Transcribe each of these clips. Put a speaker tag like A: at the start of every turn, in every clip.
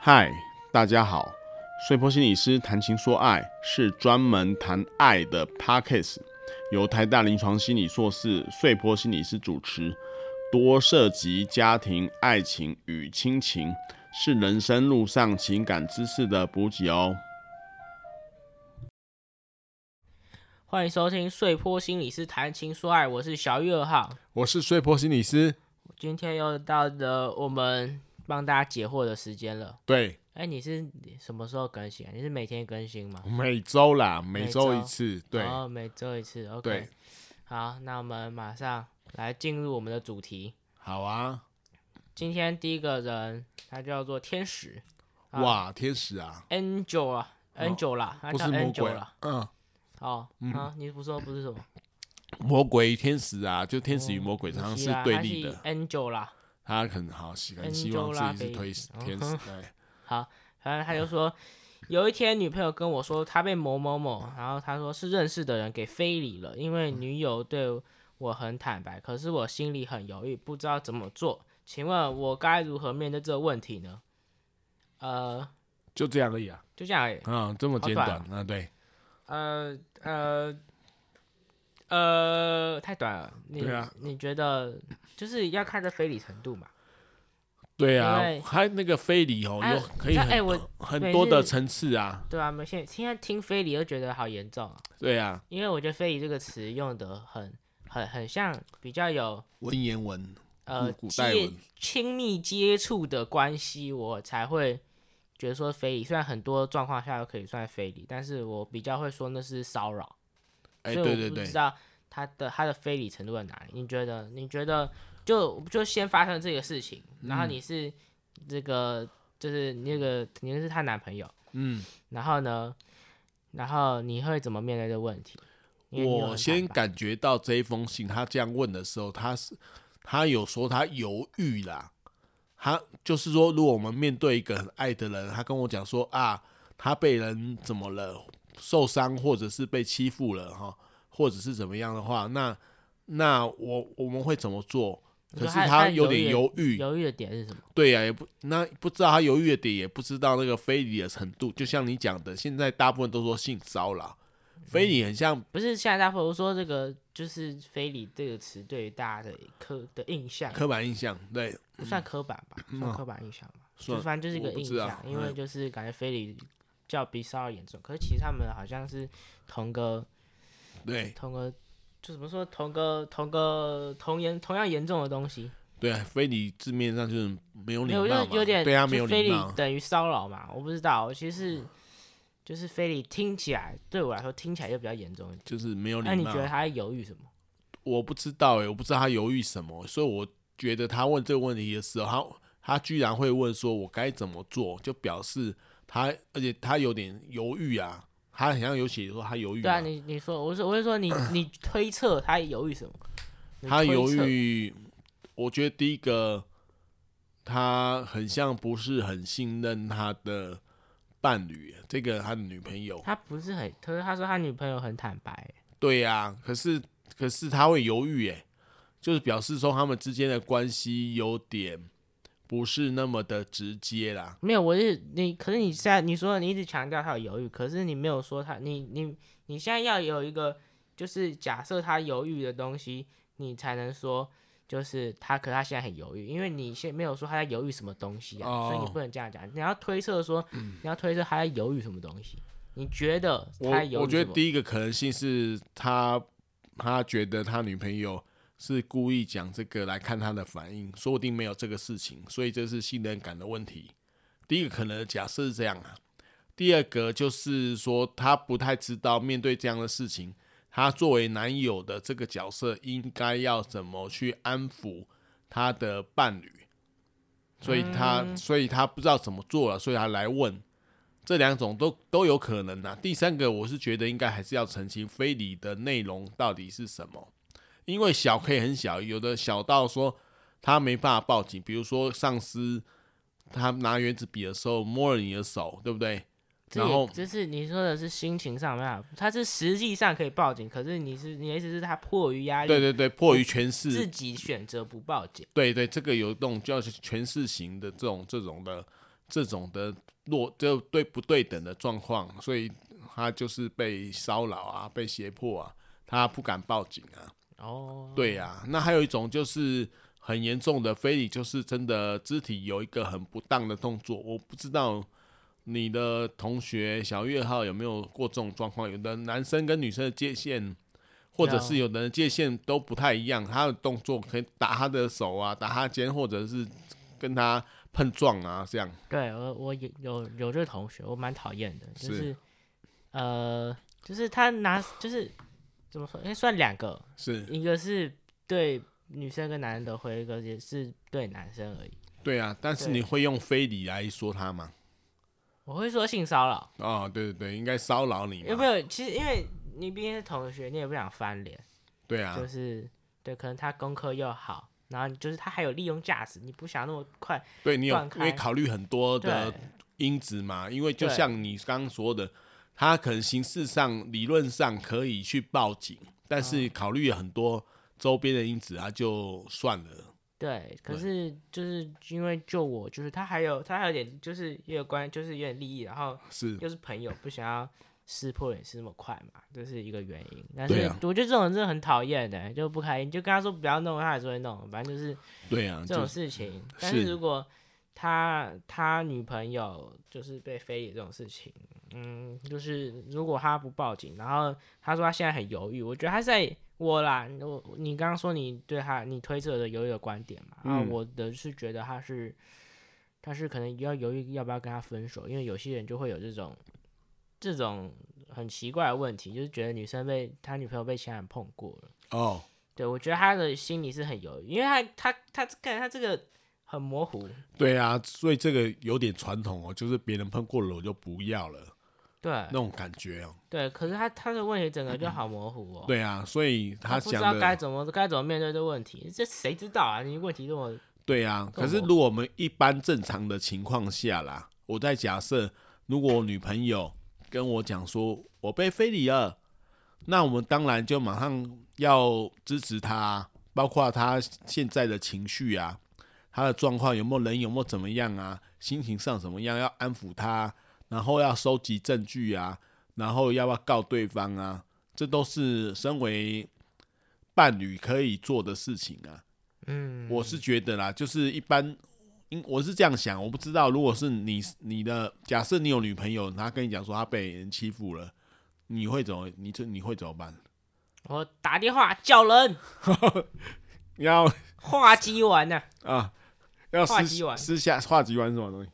A: 嗨，大家好，碎坡心理师谈情说爱是专门谈爱的 podcast，由台大临床心理硕士碎坡心理师主持，多涉及家庭、爱情与亲情，是人生路上情感知识的补给哦。
B: 欢迎收听《碎坡心理师谈情说爱》，我是小玉二号。
C: 我是睡婆心理师。
B: 今天又到了我们帮大家解惑的时间了。
C: 对，
B: 哎，你是什么时候更新啊？你是每天更新吗？
C: 每周啦，每周
B: 每周
C: 一次。对，
B: 哦，每周一次。OK。
C: 对
B: 好，那我们马上来进入我们的主题。
C: 好啊，
B: 今天第一个人，他叫做天使啊
C: 哇，天使啊，
B: Angel 啊，Angel 啦，他
C: 不
B: 叫
C: 是魔
B: Angel
C: 鬼
B: 啦。，
C: 嗯，
B: 哦，啊，你不说不是什么？
C: 魔鬼与天使啊，就天使与魔鬼常常
B: 你
C: 是
B: 啦
C: 对
B: 啊他
C: 立的，
B: Angel 啦。
C: 他很好，喜欢
B: Angela
C: 希望自己是
B: Baby
C: 推天
B: 嗯
C: 使。对，
B: 好，反正他就说，有一天女朋友跟我说，她被某某某，然后他说是认识的人给非礼了，因为女友对我很坦白，可是我心里很犹豫，不知道怎么做。请问我该如何面对这个问题呢？呃，
C: 就这样而已啊，
B: 就这样而已。
C: 嗯，这么简短
B: 好
C: 啊，对，
B: 呃呃呃，太短了。你
C: 对啊
B: 你觉得就是要看这非礼程度嘛？
C: 对
B: 因为
C: 啊，他那个非礼哦，
B: 哎
C: 有可以
B: 那哎
C: 很
B: 我
C: 很多
B: 每
C: 的
B: 次
C: 层次啊，
B: 对啊，没现现在听非礼就觉得好严重啊。
C: 对啊，
B: 因为我觉得“非遗”这个词用的很很很像比较有
C: 文言文，
B: 呃
C: 古古代文
B: 接亲密接触的关系，我才会觉得说非礼。虽然很多状况下都可以算非礼，但是我比较会说那是骚扰。
C: 哎，
B: 所
C: 对
B: 以
C: 对
B: 我不
C: 对
B: 知，道他的他的非礼程度在哪里。你觉得？你觉得就就先发生这个事情，然后
C: 嗯
B: 你是这个、就是那个你是她男朋友，
C: 嗯，
B: 然后呢，然后你会怎么面对这个问题？因为你有很
C: 我
B: 坦
C: 先
B: 白
C: 感觉到这一封信，他这样问的时候，他是他有说他犹豫啦。他就是说，如果我们面对一个很爱的人，他跟我讲说啊，他被人怎么了，受伤或者是被欺负了哈，或者是怎么样的话，那那我我们会怎么做？
B: 你
C: 可
B: 说
C: 是
B: 他
C: 他
B: 他
C: 有
B: 犹豫
C: 点
B: 的
C: 犹豫，
B: 犹豫的点是什么？
C: 对啊呀、也不那不知道他犹豫的点，也不知道那个非礼的程度。就像你讲的，现在大部分都说性骚扰，非礼很像
B: 不是现在大家都说这个就是“非礼”这个词对于大家的刻的印象，
C: 刻板印象，对，
B: 不算刻板吧，算刻板印象吧，就
C: 算
B: 反正就是一个
C: 我不
B: 印
C: 知道
B: 象，因为
C: 嗯
B: 就是感觉非礼较比骚扰严重，可是其实他们好像是同个
C: 对
B: 同个。就怎么说，同个同个同严同样严重的东西，
C: 对啊，非礼字面上就是没有礼
B: 没有，
C: 貌
B: 我
C: 嘛，
B: 就有点
C: 对啊，
B: 就
C: 没有
B: 非
C: 礼
B: 礼
C: 貌，
B: 等于骚扰嘛，我不知道，其实就是非礼听起来对我来说听起来就比较严重一点。
C: 就是没有礼
B: 那你
C: 貌
B: 觉。得他在犹豫什么？
C: 我不知道哎、我不知道他犹豫什么，所以我觉得他问这个问题的时候，他他居然会问说我该怎么做，就表示他，而且他有点犹豫啊，他好像有写说他犹豫
B: 对啊，
C: 嘛，
B: 你你说，我是我是说你你 推测他犹豫什么？你
C: 他
B: 推
C: 犹
B: 测，
C: 豫，我觉得第一个他很像不是很信任他的伴侣，这个他的女朋友。
B: 他不是很，可是他说他女朋友很坦白，
C: 对呀、可是可是他会犹豫，哎，就是表示说他们之间的关系有点不是那么的直接啦。
B: 没有，我是你，可是你现在你说你一直强调他有犹豫，可是你没有说他，你你你现在要有一个就是假设他犹豫的东西，你才能说。就是他，可是他现在很犹豫，因为你现没有说他在犹豫什么东西啊，所以你
C: 哦嗯
B: 不能这样讲。你要推测说，你要推测他在犹豫什么东西？你觉得
C: 我
B: 他在犹豫
C: 我觉
B: 什
C: 得
B: 么
C: 第一个可能性是他他觉得他女朋友是故意讲这个来看他的反应，说不定没有这个事情，所以这是信任感的问题。第一个可能的假设是这样啊，第二个就是说他不太知道面对这样的事情，他作为男友的这个角色应该要怎么去安抚他的伴侣，所以他、
B: 嗯
C: 所以他不知道怎么做了，所以他来问。这两种都都有可能呐、第三个，我是觉得应该还是要澄清非礼的内容到底是什么，因为小可以很小，有的小到说他没办法报警，比如说上司他拿原子笔的时候摸了你的手，对不对？
B: 这
C: 然
B: 也
C: 后
B: 就是你说的是心情上没办法，他是实际上可以报警，可是你是你的意思是他迫于压力，
C: 对对对，迫于权势，
B: 自己选择不报警。
C: 对对，这个有这种叫权势型的这种这种的这种的落就对不对等的状况，所以他就是被骚扰啊，被胁迫啊，他不敢报警啊。
B: 哦，
C: 对呀、那还有一种就是很严重的非礼，就是真的肢体有一个很不当的动作。我不知道你的同学小月号有没有过这种状况？有的男生跟女生的界限，或者是有的人界限都不太一样，他的动作可以打他的手啊，打他肩，或者是跟他碰撞啊，这样。
B: 对我我有有有这个同学，我蛮讨厌的，就是呃，就是他拿就是怎么说，应该算两个，
C: 是
B: 一个是对女生跟男生的回，一个也是对男生而已。
C: 对啊，但是
B: 对
C: 你会用非礼来说他吗？
B: 我会说性骚扰，
C: 哦，对对对，应该骚扰你
B: 有
C: 嘛
B: 没？有？其实因为你毕竟是同学，你也不想翻脸，
C: 对啊
B: 就，是对，可能他功课又好，然后就是他还有利用价值，你不想那么快，
C: 对你有
B: 断
C: 因为
B: 开
C: 考虑很多的
B: 对
C: 因子嘛，因为就
B: 对
C: 像你刚刚说的，他可能形式上、理论上可以去报警，但
B: 嗯
C: 是考虑很多周边的因子，他就算了。
B: 对，可
C: 对
B: 是就是因为就我，就是他还有他还有点就是也有关，就是有点利益，然后
C: 是
B: 又是朋友，不想要撕破脸撕那么快嘛，这是一个原因。但是
C: 对啊
B: 我觉得这种人真的很讨厌的，就不开心，就跟他说不要弄，他还是会弄，反正就是
C: 对啊，
B: 这种
C: 就是
B: 事情。但是
C: 是
B: 如果他他女朋友就是被非礼这种事情，嗯，就是如果他不报警，然后他说他现在很犹豫，我觉得他是在我啦，我你刚刚说你对他你推测的犹豫的观点嘛，啊，
A: 嗯
B: 我的是觉得他是他是可能要犹豫要不要跟他分手，因为有些人就会有这种这种很奇怪的问题，就是觉得女生被他女朋友被其他人碰过了。
C: 哦，
B: 对，我觉得他的心里是很犹豫，因为他他他看他这个很模糊，
C: 对啊，所以这个有点传统哦，就是别人碰过了我就不要了
B: 对
C: 那种感觉哦。
B: 对，可是他他的问题整个就好模糊哦，
C: 对啊，所以
B: 他
C: 他
B: 不知
C: 讲
B: 道该
C: 的
B: 怎么该怎么面对这问题，这谁知道啊？你问题这么
C: 对啊，
B: 更
C: 可是
B: 模
C: 如果我们一般正常的情况下啦，我在假设，如果我女朋友跟我讲说我被非礼了，那我们当然就马上要支持她啊，包括她现在的情绪啊，她的状况有没有人有没有怎么样啊，心情上怎么样，要安抚她，啊然后要收集证据啊，然后要不要告对方啊，这都是身为伴侣可以做的事情啊。
B: 嗯，
C: 我是觉得啦，就是一般，因我是这样想，我不知道，如果是你你的假设你有女朋友，她跟你讲说她被人欺负了，你会怎么？你这你会怎么办？
B: 我打电话叫人
C: 要
B: 话机完呢、
C: 啊，要
B: 画
C: 私
B: 几碗
C: 私下画几碗是什么东西？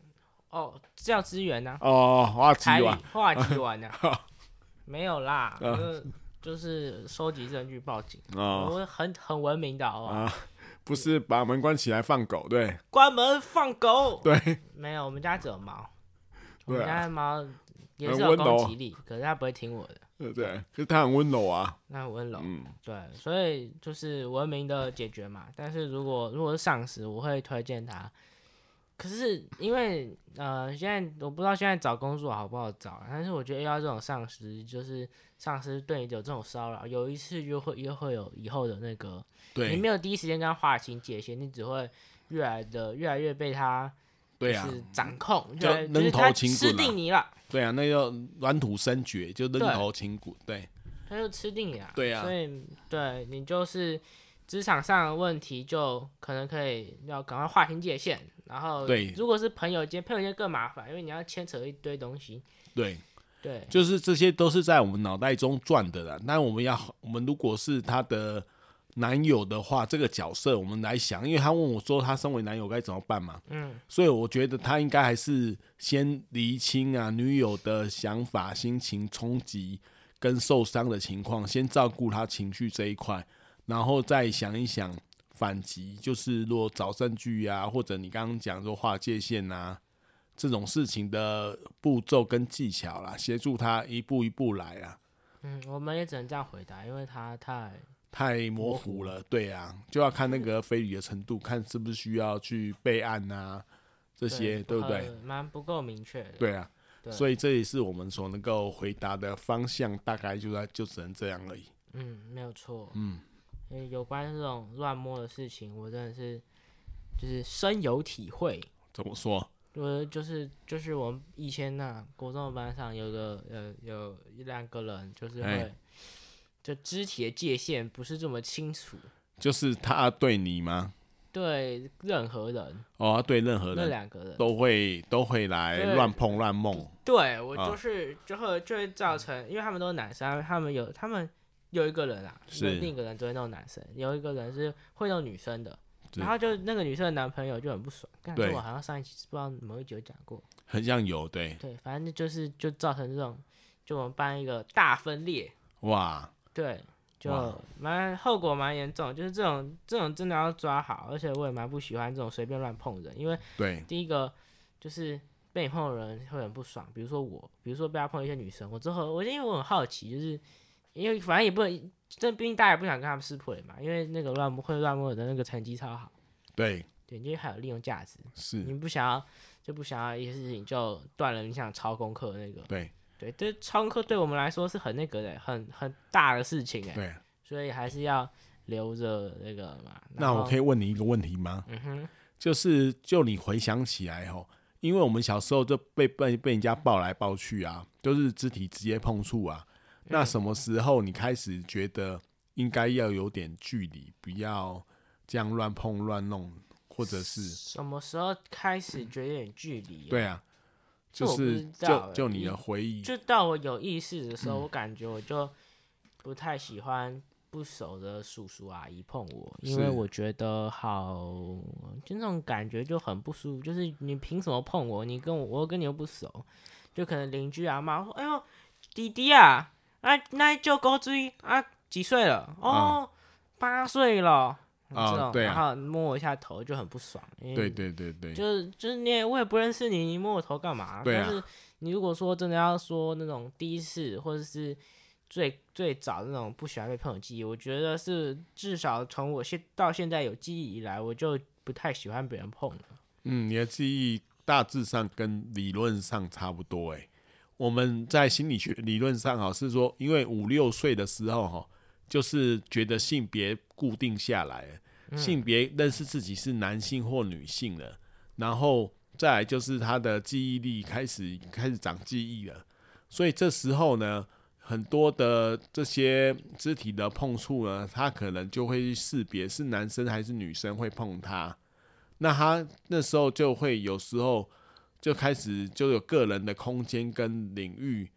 B: 哦，叫资源呢、
C: 哦，画几
B: 台语
C: 碗
B: 话机完 呢、没有啦，就就是收集证据报警，
C: 嗯哦
B: 我很很文明的哦，
C: 啊，不是把门关起来放狗，对
B: 关门放狗，
C: 对，
B: 没有，我们家只有猫，我
C: 对啊
B: 们家的猫也
C: 很
B: 是有
C: 温柔
B: 攻击力，可是它不会听我的，
C: 对对，可是它很温柔啊，
B: 那很温柔。
A: 嗯，
B: 对，所以就是文明的解决嘛。但是如果如果是上司，我会推荐他。可是因为呃，现在我不知道现在找工作好不好找，但是我觉得遇到这种上司，就是上司对你有这种骚扰，有一次就会又会有以后的那个，你
C: 对
B: 没有第一时间跟他划清界限，你只会越来的越来越被他
C: 对啊
B: 就，是掌控，
C: 就
B: 越来就是
C: 扔头
B: 他
C: 轻
B: 吃
C: 棍啊
B: 定你了，
C: 对啊，那叫软土生绝，就扔
B: 对
C: 头轻骨，对
B: 他就吃定你了。
C: 对啊
B: 所以对你就是职场上的问题，就可能可以要赶快划清界限。然后，
C: 对
B: 如果是朋友间，朋友间更麻烦，因为你要牵扯一堆东西。
C: 对。
B: 对，
C: 就是这些都是在我们脑袋中转的啦。那我们要，我们如果是她的男友的话，这个角色我们来想，因为她问我说她身为男友该怎么办嘛，
B: 嗯，
C: 所以我觉得她应该还是先厘清啊女友的想法、心情冲击跟受伤的情况，先照顾她情绪这一块，然后再想一想反击，就是如果找证据啊，或者你刚刚讲说划界限啊，这种事情的步骤跟技巧啦，协助他一步一步来啊，
B: 嗯，我们也只能这样回答，因为他太
C: 太模糊了，对啊，就要看那个非礼的程度，看是不是需要去备案啊，这
B: 这
C: 些对不对？？
B: 蛮不够明确的。
C: 对啊，
B: 呃对
C: 所以这也是我们所能够回答的方向，大概就在就只能这样而已。
B: 嗯，没有错。
C: 嗯，
B: 有关这种乱摸的事情，我真的是就是深有体会。
C: 怎么说？
B: 我就是就是我们以前呐、国中的班上有个呃有一两个人，就是
C: 哎
B: 会就肢体的界限不是这么清楚，
C: 就是他对你吗？
B: 对任何人，
C: 哦，他对任何
B: 那
C: 人
B: 两个人，
C: 都会都会来
B: 对
C: 乱碰乱碰，
B: 对我
C: 啊
B: 就是、就会就会造成，因为他们都是男生，他们有他们有一个人啊，
C: 是
B: 另一个人只会弄男生，有一个人是会弄女生的，
C: 对
B: 然后就那个女生的男朋友就很不爽，感觉
C: 对
B: 我好像上一期不知道某一集有讲过，
C: 很像有对，
B: 对，反正就是就造成这种，就我们班一个大分裂，
C: 哇，
B: 对，
C: 哇
B: 就蛮后果蛮严重，就是这种这种真的要抓好，而且我也蛮不喜欢这种随便乱碰人，因为
C: 对
B: 第一个就是被你碰的人会很不爽，比如说我，比如说被他碰一些女生，我之后我因为我很好奇，就是因为反正也不能，这毕竟大家也不想跟他们撕破脸嘛，因为那个乱摸会乱摸的那个成绩超好，
C: 对
B: 对，因为还有利用价值，
C: 是，
B: 你不想要就不想要一些事情就断了你想抄功课的那个，
C: 对
B: 对，这抄功课对我们来说是很那个的，很很大的事情哎、
C: 对。
B: 所以还是要留着那个嘛。
C: 那我可
B: 以，
C: 以问你一个问题吗？
B: 嗯哼，
C: 就是就你回想起来吼，因为我们小时候就被被被人家抱来抱去啊，就是肢体直接碰触啊。
B: 嗯
C: 那什么时候你开始觉得应该要有点距离，不要这样乱碰乱弄，或者是
B: 什么时候开始觉得有点距离、，
C: 对啊，
B: 这
C: 就
B: 我不
C: 是
B: 知道
C: 就
B: 欸
C: 就你的
B: 一
C: 回忆，
B: 就到我有意识的时
C: 嗯
B: 候，我感觉我就不太喜欢不熟的叔叔阿姨碰我，因为
C: 是
B: 我觉得好，就那种感觉就很不舒服。就是你凭什么碰我？你跟我，我跟你又不熟，就可能邻居阿妈说：“哎呦，弟弟啊，啊，那就高追啊，几岁了？哦，八岁了。”
C: 啊
B: 这种，
C: 对啊
B: 然后摸我一下头就很不爽，因
C: 对
B: 为
C: 对对对，
B: 就是就是你也我也不认识你，你摸我头干嘛？
C: 对啊
B: 但是你如果说真的要说那种第一次或者是最最早那种不喜欢被碰的记忆，我觉得是至少从我现到现在有记忆以来，我就不太喜欢别人碰了。
C: 嗯，你的记忆大致上跟理论上差不多诶、我们在心理学理论上哦哈是说，因为五六岁的时候哈，就是觉得性别固定下来了，性别认识自己是男性或女性了，然后再来就是他的记忆力开始开始长记忆了，所以这时候呢，很多的这些肢体的碰触呢，他可能就会去识别是男生还是女生会碰他，那他那时候就会有时候就开始就有个人的空间跟领域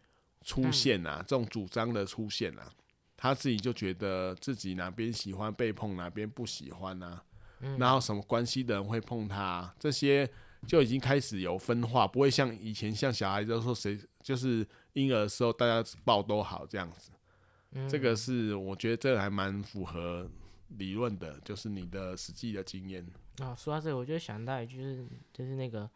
C: 出现啊，这种主张的出现啊，他自己就觉得自己哪边喜欢被碰，哪边不喜欢啊，然后什么关系的人会碰他、啊，这些就已经开始有分化，不会像以前像小孩子都说谁就是婴儿的时候大家抱都好这样子。这个是我觉得这还蛮符合理论的，就是你的实际的经验。
B: 啊、说到这个，我就想到一句、就是，就是那个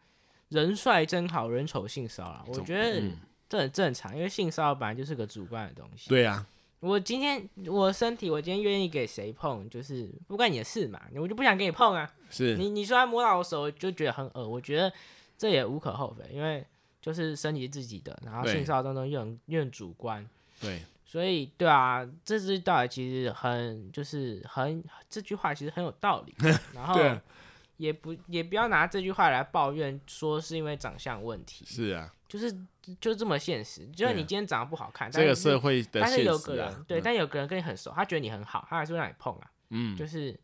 B: 人帅真好人丑性骚扰，我
C: 怎么嗯
B: 觉得这很正常，因为性骚扰本来就是个主观的东西。
C: 对啊，
B: 我今天我身体，我今天愿意给谁碰，就是不关你的事嘛，我就不想给你碰啊。
C: 是
B: 你你说他摸到我手，我就觉得很恶，我觉得这也无可厚非，因为就是身体是自己的，然后
C: 对
B: 性骚扰这种东西又很又很主观，
C: 对，
B: 所以对啊，这句道理其实很就是很这句话其实很有道 理，然后
C: 对啊
B: 也不也不要拿这句话来抱怨说是因为长相问题，
C: 是啊，
B: 就是就这么现实，就是你
C: 对啊
B: 今天长得不好看，但
C: 这个
B: 是
C: 社会的
B: 但是
C: 现
B: 有
C: 实
B: 个人
C: 啊，
B: 对，
C: 嗯
B: 但有个人跟你很熟，他觉得你很好，他还是会让你碰啊。
C: 嗯
B: 就是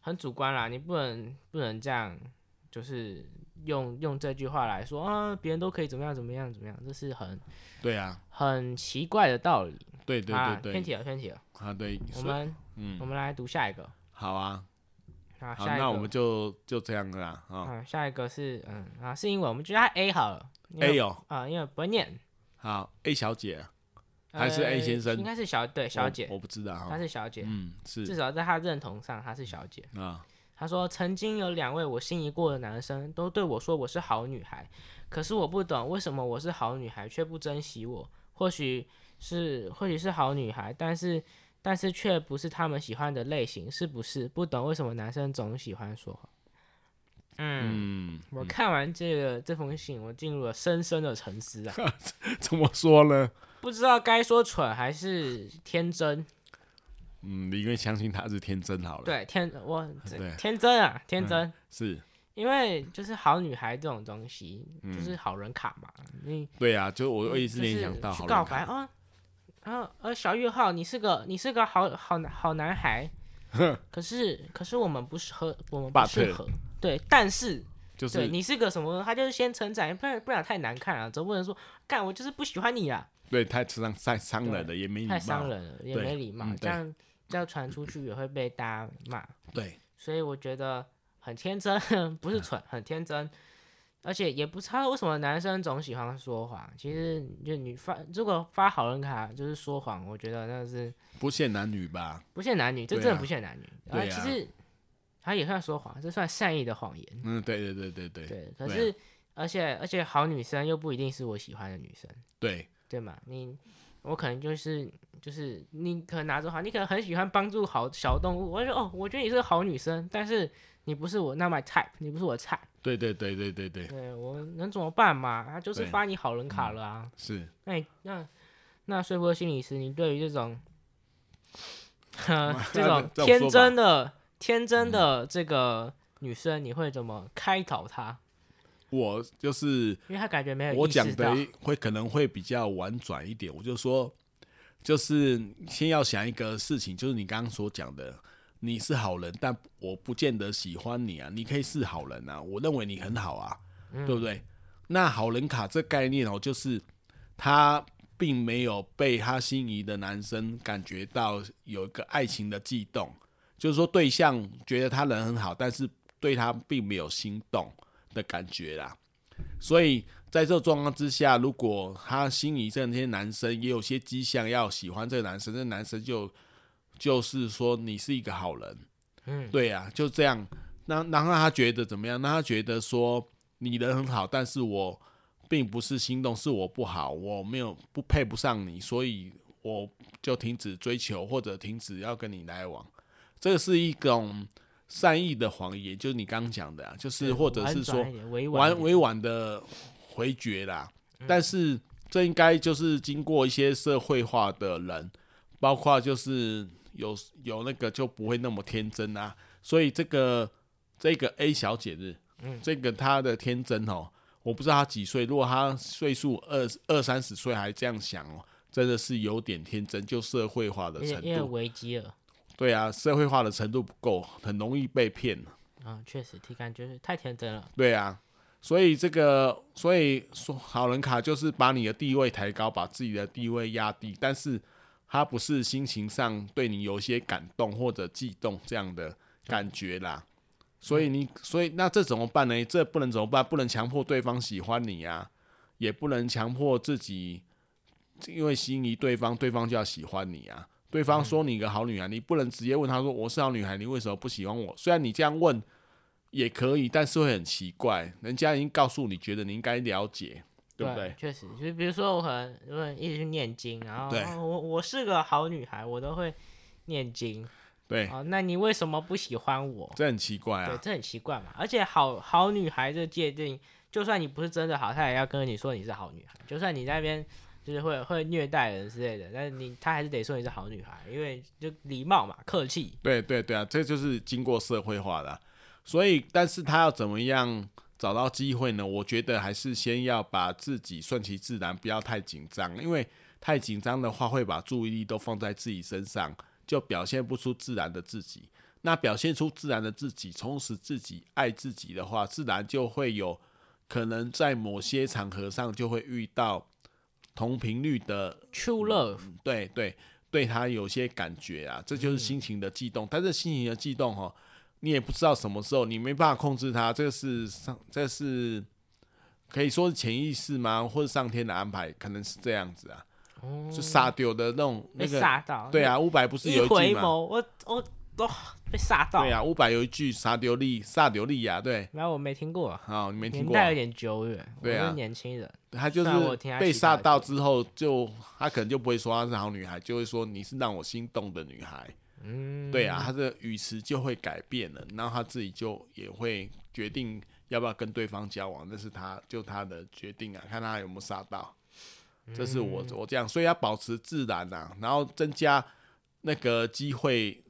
B: 很主观啦，你不能不能这样，就是用用这句话来说啊，别人都可以怎么样怎么样怎么样，这是很
C: 对啊，
B: 很奇怪的道理。
C: 对对
B: 啊，
C: 对
B: 偏
C: 对，
B: 题了，偏题了。
C: 啊对，
B: 我
C: 所以
B: 们我
C: 嗯，
B: 们来读下一个
C: 好啊，
B: 啊，
C: 好，
B: 下一个，
C: 那我们就就这样了啦啊。
B: 嗯，下一个是嗯啊是英文，我们就叫他 A 好了。因为
C: A 哦，
B: 啊，因为不会念，
C: 好，A 小姐啊还是
B: 呃
C: A 先生
B: 应该是小对小
C: 我
B: 姐，
C: 我不知道
B: 她
C: 哈，
B: 是小姐，
C: 嗯，
B: 至
C: 是
B: 少在她认同上她是小姐。
C: 啊，
B: 他说：“曾经有两位我心仪过的男生都对我说我是好女孩，可是我不懂为什么我是好女孩却不珍惜我。或许是或许是好女孩，但是但是却不是他们喜欢的类型，是不是？不懂为什么男生总喜欢说谎。”嗯，
C: 嗯，
B: 我看完这个这封信，我进入了深深的沉思啊，
C: 怎么说呢？
B: 不知道该说蠢还是天真。
C: 嗯，你应该相信他是天真好了，
B: 对，天我啊
C: 对嗯
B: 天真啊，天真。
C: 是
B: 因为就是好女孩这种东西，
C: 嗯
B: 就是好人卡嘛，你
C: 对啊，就我一直
B: 嗯就
C: 联
B: 是
C: 想到好
B: 去
C: 人
B: 告
C: 卡
B: 白啊啊呃，小月浩，你是个你是个好好男好 男孩，可是可是我们不适合，我们不
C: But-
B: 适合。对，但是
C: 就
B: 对
C: 是
B: 你是个什么，他就是先成长，不然不然太难看了、啊总不能说干我就是不喜欢你啊，
C: 对太伤太伤人了，也没礼
B: 太伤
C: 貌。
B: 人了，也
C: 对
B: 没礼貌，
C: 嗯
B: 这
C: 对
B: 样这样传出去也会被大家骂。
C: 对，
B: 所以我觉得很天真， 不是蠢，很天真，而且也不知道为什么男生总喜欢说谎。其实就你发，如果发好人卡就是说谎，我觉得那是
C: 不限男女吧？
B: 不限男女，这
C: 对啊
B: 真的不限男女。
C: 对
B: 而其
C: 啊
B: 实他也算说谎，这算善意的谎言。
C: 嗯，对对对对对对
B: 对，可
C: 对啊
B: 是、而且而且好女生又不一定是我喜欢的女生，
C: 对
B: 对吗？你。我可能就是就是你可能拿着好，你可能很喜欢帮助好小动物，我就说哦，我觉得你是个好女生，但是你不是我那 my type，你不是我菜，
C: 对对对对对对，
B: 对我能怎么办嘛？他就是
C: 对嗯
B: 发你好人卡了啊。
C: 是
B: 那你那那睡波心理师，你对于这种，呵这种
C: 这种
B: 天
C: 说嗯法
B: 真的天真的这个女生，你会怎么开导她？
C: 我就是
B: 因为她感觉没有
C: 我
B: 意
C: 讲
B: 识到
C: 的会可能会比较婉转一点，我就说，就是先要想一个事情，就是你刚刚所讲的，你是好人，但我不见得喜欢你啊，你可以是好人啊，我认为你很好啊，
B: 嗯
C: 对不对？那好人卡这概念哦，就是他并没有被他心仪的男生感觉到有一个爱情的悸动，就是说对象觉得他人很好，但是对他并没有心动的感觉啦。所以在这状况之下，如果他心仪这些男生也有些迹象要喜欢这个男生，这男生就就是说你是一个好人，
B: 嗯，
C: 对呀、就这样。那然后他觉得怎么样？那他觉得说你人很好，但是我并不是心动，是我不好，我没有不配不上你，所以我就停止追求或者停止要跟你来往。这个是一种善意的谎言，就是你刚刚讲的、啊，就是或者是
B: 婉
C: 说
B: 转一点委婉
C: 婉
B: 一点
C: 委婉的回绝啦。但是这应该就是经过一些社会化的人，包括就是有有那个就不会那么天真啊。所以这个这个 A 小姐日，嗯，这个她的天真哦，我不知道她几岁，如果她岁数二二三十岁还这样想哦，真的是有点天真，就社会化的
B: 有
C: 程
B: 点有点
C: 度。
B: 危机了
C: 对啊，社会化的程度不够，很容易被骗。
B: 啊，确实，体感就是太天真了。
C: 对啊，所以这个，所以说好人卡就是把你的地位抬高，把自己的地位压低，但是他不是心情上对你有一些感动或者悸动这样的感觉啦。所以你，所以那这怎么办呢？这不能怎么办？不能强迫对方喜欢你啊，也不能强迫自己，因为心仪对方，对方就要喜欢你啊。对方说你个好女孩，你不能直接问他说我是好女孩，你为什么不喜欢我？虽然你这样问也可以，但是会很奇怪。人家已经告诉你，觉得你应该了解，对不对？
B: 确实，就是比如说我可能如果一直去念经，然后
C: 对
B: 哦我我是个好女孩，我都会念经
C: 对，
B: 啊，那你为什么不喜欢我？
C: 这很奇怪
B: 对，
C: 啊。
B: 这很奇怪嘛。而且好好女孩这界定，就算你不是真的好，她也要跟你说你是好女孩。就算你那边就是会会虐待人之类的，但是你她还是得说你是好女孩，因为就礼貌嘛，客气。
C: 对对对啊，这就是经过社会化的啊、所以，但是他要怎么样找到机会呢？我觉得还是先要把自己顺其自然，不要太紧张，因为太紧张的话会把注意力都放在自己身上，就表现不出自然的自己。那表现出自然的自己，充实自己，爱自己的话，自然就会有可能在某些场合上就会遇到同频率的
B: True love，
C: 对对，对他有些感觉啊，这就是
B: 嗯
C: 心情的悸动。但是心情的悸动哦，你也不知道什么时候，你没办法控制它，这个是上，这是可以说是潜意识吗？或者上天的安排，可能是这样子啊。就傻丢的那种那
B: 哦被
C: 个，
B: 吓到。
C: 对
B: 那，
C: 啊，伍佰不是
B: 一
C: 有句
B: 回
C: 嘛？
B: 眸，我我都、被吓到。
C: 对啊，伍佰有一句傻丢利傻丢利亚，对，
B: 然后我没听过，
C: 好、你没听
B: 年
C: 过、
B: 代
C: 啊
B: 有？点久远，
C: 对
B: 我
C: 啊
B: 是年轻人。
C: 他就
B: 虽然我
C: 是
B: 听他
C: 被
B: 其他
C: 吓
B: 的
C: 到之后就，他可能就不会说她是好女孩，就会说你是让我心动的女孩。
B: 嗯，
C: 对啊，他的语词就会改变了，然后他自己就也会决定要不要跟对方交往，那是他就他的决定啊，看他有没有杀到。这是我我这样，所以要保持自然啊，然后增加那个机会，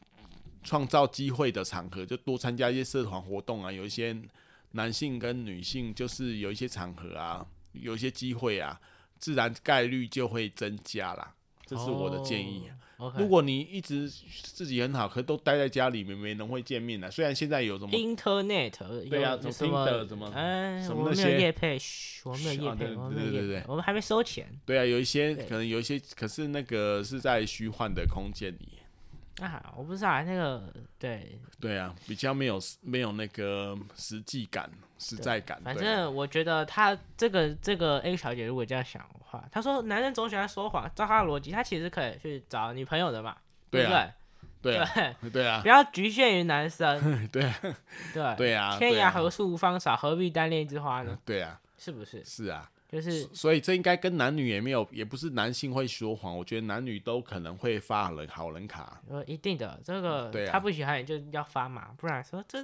C: 创造机会的场合，就多参加一些社团活动啊，有一些男性跟女性，就是有一些场合啊，有一些机会啊，自然概率就会增加啦。这是我的建议。啊
B: 哦。OK，
C: 如果你一直自己很好，可是都待在家里面，没人会见面的。啊虽然现在有什么
B: Internet
C: 对啊
B: 有
C: 什
B: 什
C: 么
B: 么
C: Tinder 什么
B: 哎，
C: 什么
B: 我们
C: 那
B: 没有
C: 些
B: 业配，嘘，我们没有
C: 嘘
B: 业
C: 啊
B: 配，
C: 对
B: 我们没
C: 对
B: 有
C: 对
B: 业
C: 对
B: 配，我们还没收钱
C: 对啊，有一些
B: 对
C: 可能有一些，可是那个是在虚幻的空间里。
B: 啊！我不知道啊那个对，
C: 对啊，比较没有没有那个实际感、实在感。
B: 反
C: 对啊
B: 正我觉得他这个这个 A 小姐如果这样想的话，她说男人总喜欢说谎，照她的逻辑，她其实可以去找女朋友的嘛，
C: 对
B: 不
C: 啊
B: 对？
C: 对啊，
B: 对，
C: 对啊
B: 不，要局限于男生，
C: 对啊，
B: 对
C: 对啊，
B: 天
C: 对
B: 涯
C: 啊
B: 何处无芳草，何必单恋一枝花呢？
C: 对啊，
B: 是不是？
C: 是啊，
B: 就是
C: 所以这应该跟男女也没有，也不是男性会说谎，我觉得男女都可能会发好人好人卡。
B: 呃，一定的，这个
C: 对啊
B: 他不喜欢你就要发嘛，不然说这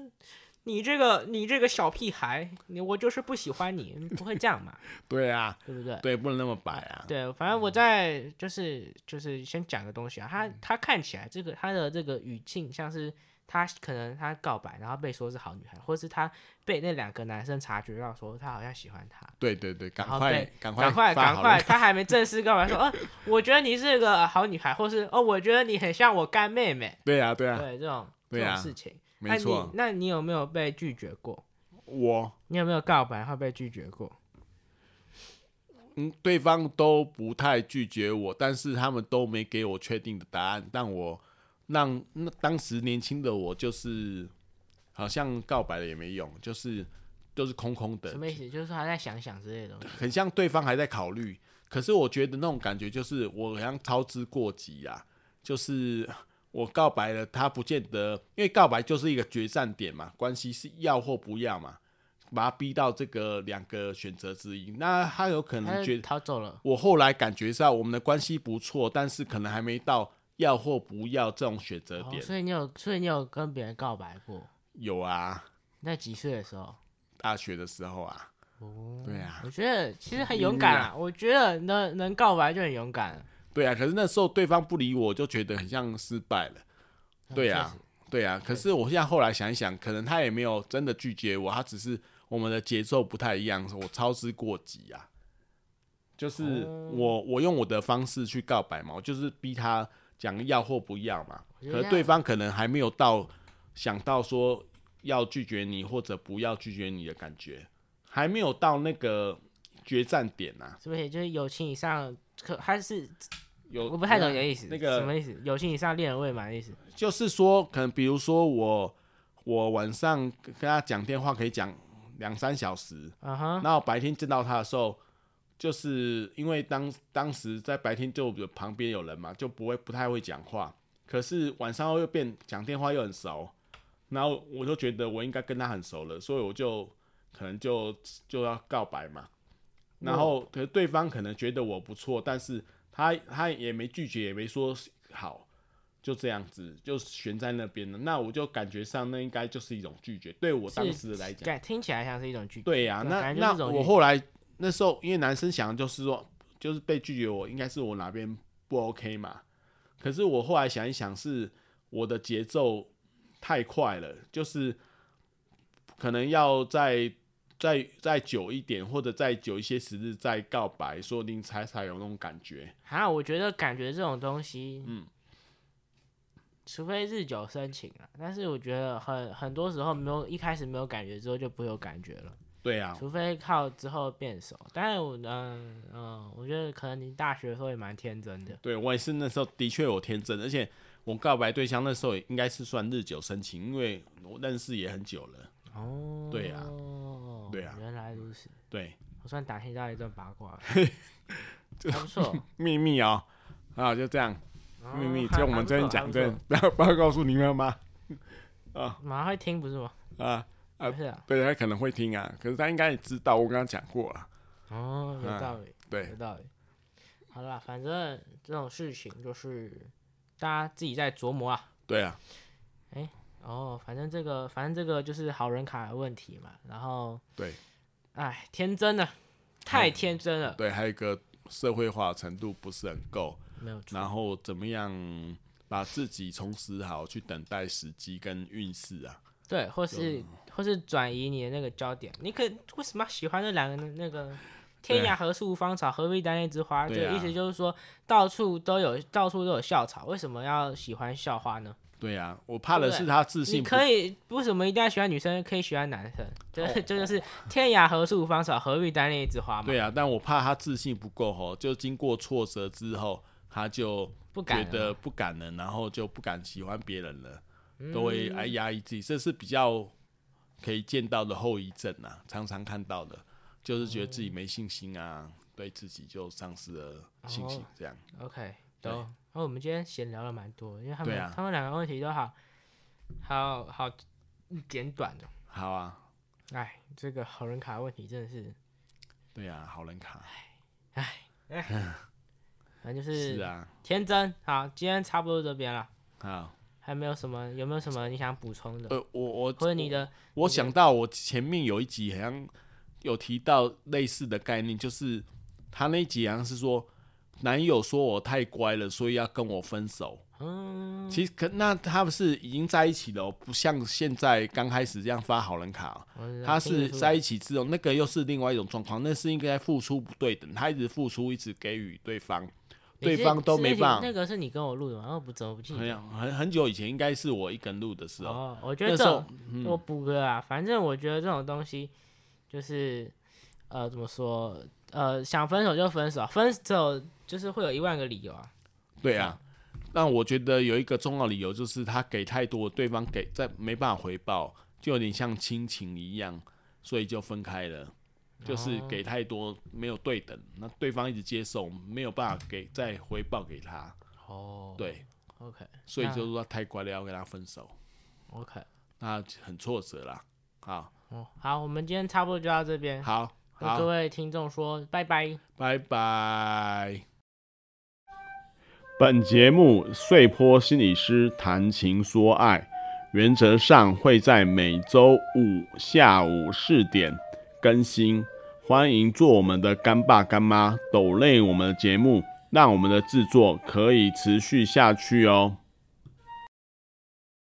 B: 你这个你这个小屁孩，你我就是不喜欢你，不会这样嘛，
C: 对啊，
B: 对不对？
C: 对，不能那么摆啊。
B: 对，反正我在就是就是先讲个东西啊，
C: 嗯
B: 他他看起来这个他的这个语境像是他可能他告白，然后被说是好女孩，或是他被那两个男生察觉到说他好像喜欢他，
C: 对对对，赶
B: 好
C: 快
B: 对
C: 赶
B: 赶
C: 快
B: 快
C: 发
B: 赶
C: 好
B: 快，
C: 人卡。
B: 他还没正式告白说，哦，我觉得你是个好女孩，或是哦，我觉得你很像我干妹妹，
C: 对啊对啊，
B: 对这种
C: 对
B: 这种
C: 啊
B: 事情，那
C: 没错
B: 你，那你有没有被拒绝过？
C: 我
B: 你有没有告白然后被拒绝过？
C: 嗯，对方都不太拒绝我，但是他们都没给我确定的答案，但我让那当时年轻的我就是好像告白了也没用，就是就是空空的
B: 什，么意思？就是说他在想想之类的东西。
C: 很像对方还在考虑。可是我觉得那种感觉就是我好像操之过急啊，就是我告白了，他不见得，因为告白就是一个决战点嘛，关系是要或不要嘛，把他逼到这个两个选择之一，那他有可
B: 他
C: 能觉
B: 就
C: 得。
B: 逃走了，
C: 我后来感觉上我们的关系不错，但是可能还没到要或不要这种选择
B: 哦
C: 点。
B: 所以你有，所以你有跟别人告白过？
C: 有啊，
B: 你在几岁的时候？
C: 大学的时候啊，
B: 哦
C: 对啊，
B: 我觉得其实很勇敢啊，我觉得能能告白就很勇敢了。
C: 对啊。可是那时候对方不理我，就觉得很像失败了。对啊
B: 确实，
C: 对啊。可是我现在后来想一想，可能他也没有真的拒绝我，他只是我们的节奏不太一样，我操之过急啊。就是
B: 哦
C: 我我用我的方式去告白嘛，我就是逼他讲要或不要嘛。
B: 觉
C: 可
B: 得
C: 是对方可能还没有到想到说要拒绝你或者不要拒绝你的感觉，还没有到那个决战点呐、啊。
B: 是不是就是友情以上，可还是
C: 有
B: 我不太懂你的意思，
C: 那
B: 什
C: 个
B: 么意思？友情以上恋人未满的意思？
C: 就是说，可能比如说我我晚上跟他讲电话可以讲两三小时，
B: 嗯哼，
C: 然后白天见到他的时候，就是因为当当时在白天就有旁边有人嘛，就不会不太会讲话。可是晚上又变讲电话又很熟，然后我就觉得我应该跟他很熟了，所以我就可能就就要告白嘛。然后可是对方可能觉得我不错，但是他他也没拒绝，也没说好，就这样子就悬在那边了。那我就感觉上那应该就是一种拒绝，对我当时来讲。
B: 感听起来像是一种拒绝。
C: 对呀、
B: 对
C: 那
B: 反正就是这
C: 那
B: 种
C: 我
B: 原
C: 后来那时候，因为男生想的就是说，就是被拒绝我，应该是我哪边不 OK 嘛。可是我后来想一想，是我的节奏太快了，就是可能要再再再久一点，或者再久一些时日再告白，说不定才才有那种感觉。
B: 啊，我觉得感觉这种东西，
C: 嗯，
B: 除非日久生情啊。但是我觉得很很多时候没有一开始没有感觉之后就不会有感觉了，
C: 对啊，
B: 除非靠之后变熟。但是我嗯嗯、我觉得可能你大学的时候也蛮天真的，
C: 对我也是那时候的确有天真，而且我告白对象那时候也应该是算日久生情，因为我认识也很久了。
B: 哦，
C: 对啊对啊
B: 原来如此。
C: 对，
B: 我算打听到一段八卦 了，还不错。哦
C: 秘密哦，啊，就这样， 秘密
B: 还
C: 就我
B: 还
C: 们
B: 不
C: 这边
B: 错还
C: 讲，
B: 不
C: 这
B: 错
C: 边不 要不要告诉你们吗？
B: 马上会听不是吗？
C: 啊，啊
B: 不是啊，
C: 对，他可能会听啊，可是他应该也知道我跟他讲过了，
B: 哦，有
C: 嗯
B: 道理。
C: 对
B: 有，道理。好啦，反正这种事情就是大家自己在琢磨啊。
C: 对啊，
B: 哦，反正这个，反正这个就是好人卡的问题嘛。然后，
C: 对
B: 哎，天真了，太天真了，
C: 对，还有一个社会化程度不是很够，
B: 没有错。
C: 然后怎么样把自己充实好，去等待时机跟运势啊，
B: 对，或是或是转移你的那个焦点。你可为什么要喜欢这两个呢？那个“天涯何处无芳草，何必单恋之花”这
C: 对
B: 个
C: 啊
B: 意思就是说，到处都有到处都有校草，为什么要喜欢校花呢？
C: 对啊，我怕的
B: 对
C: 是他自
B: 你
C: 信不
B: 可以为什么一定要喜欢女生？可以喜欢男生，
C: 哦
B: 这、这就是“天涯何处无芳草，何必单恋之花”嘛，
C: 对啊，但我怕他自信不够吼，就经过挫折之后，他就
B: 不
C: 觉
B: 敢了嗯
C: 得不敢了，然后就不敢喜欢别人了，都会哎压抑自己，这是比较可以见到的后遗症啊，常常看到的，就是觉得自己没信心啊，对自己就丧失了信心
B: 哦，
C: 这样
B: OK，
C: 对
B: 懂。然后、我们今天闲聊了蛮多，因为他
C: 对
B: 们、
C: 啊
B: 他们两个问题都好好好简短的。
C: 好啊，
B: 哎，这个好人卡的问题真的是，
C: 对啊，好人卡
B: 反正就是是
C: 啊，
B: 天真。好，今天差不多这边了，
C: 好，
B: 还没有什么，有没有什么你想补充的，
C: 呃，我我
B: 或者你的
C: 我想到我前面有一集好像有提到类似的概念，就是他那一集好像是说男友说我太乖了，所以要跟我分手。
B: 嗯
C: 其实可那他们是已经在一起了哦，不像现在刚开始这样发好人卡哦、
B: 我知道
C: 他
B: 听得
C: 是
B: 出
C: 在
B: 来
C: 一起之后，那个又是另外一种状况，那是应该付出不对等，他一直付出，一直给予对方，
B: 你
C: 对
B: 是
C: 方都
B: 是
C: 没
B: 那集
C: 办法
B: 那。个是你跟我录的吗？我不怎么不记
C: 很
B: 得。
C: 很很久以前，应该是我一个人录的时候，
B: 哦，我觉得
C: 那
B: 这
C: 时候嗯
B: 种、我补个啊，反正我觉得这种东西就是呃怎么说呃想分手就分手，分手就是会有一万个理由啊。
C: 对啊，
B: 嗯
C: 那我觉得有一个重要理由就是他给太多，对方给再没办法回报，就有点像亲情一样，所以就分开了。就是给太多没有对等，那对方一直接受，没有办法给再回报给他，
B: 哦，
C: 对，
B: ，OK
C: 所以
B: 那
C: 就说他太乖了，要跟他分手，
B: OK，
C: 那很挫折啦。好，
B: 哦，好，我们今天差不多就到这边，
C: 好，
B: 跟哎各
C: 好，
B: 位听众说拜拜。
C: 拜拜。
A: 本节目《碎坡心理师谈情说爱》，原则上会在每周五下午四点更新，欢迎做我们的干爸干妈，抖累我们的节目，让我们的制作可以持续下去哦。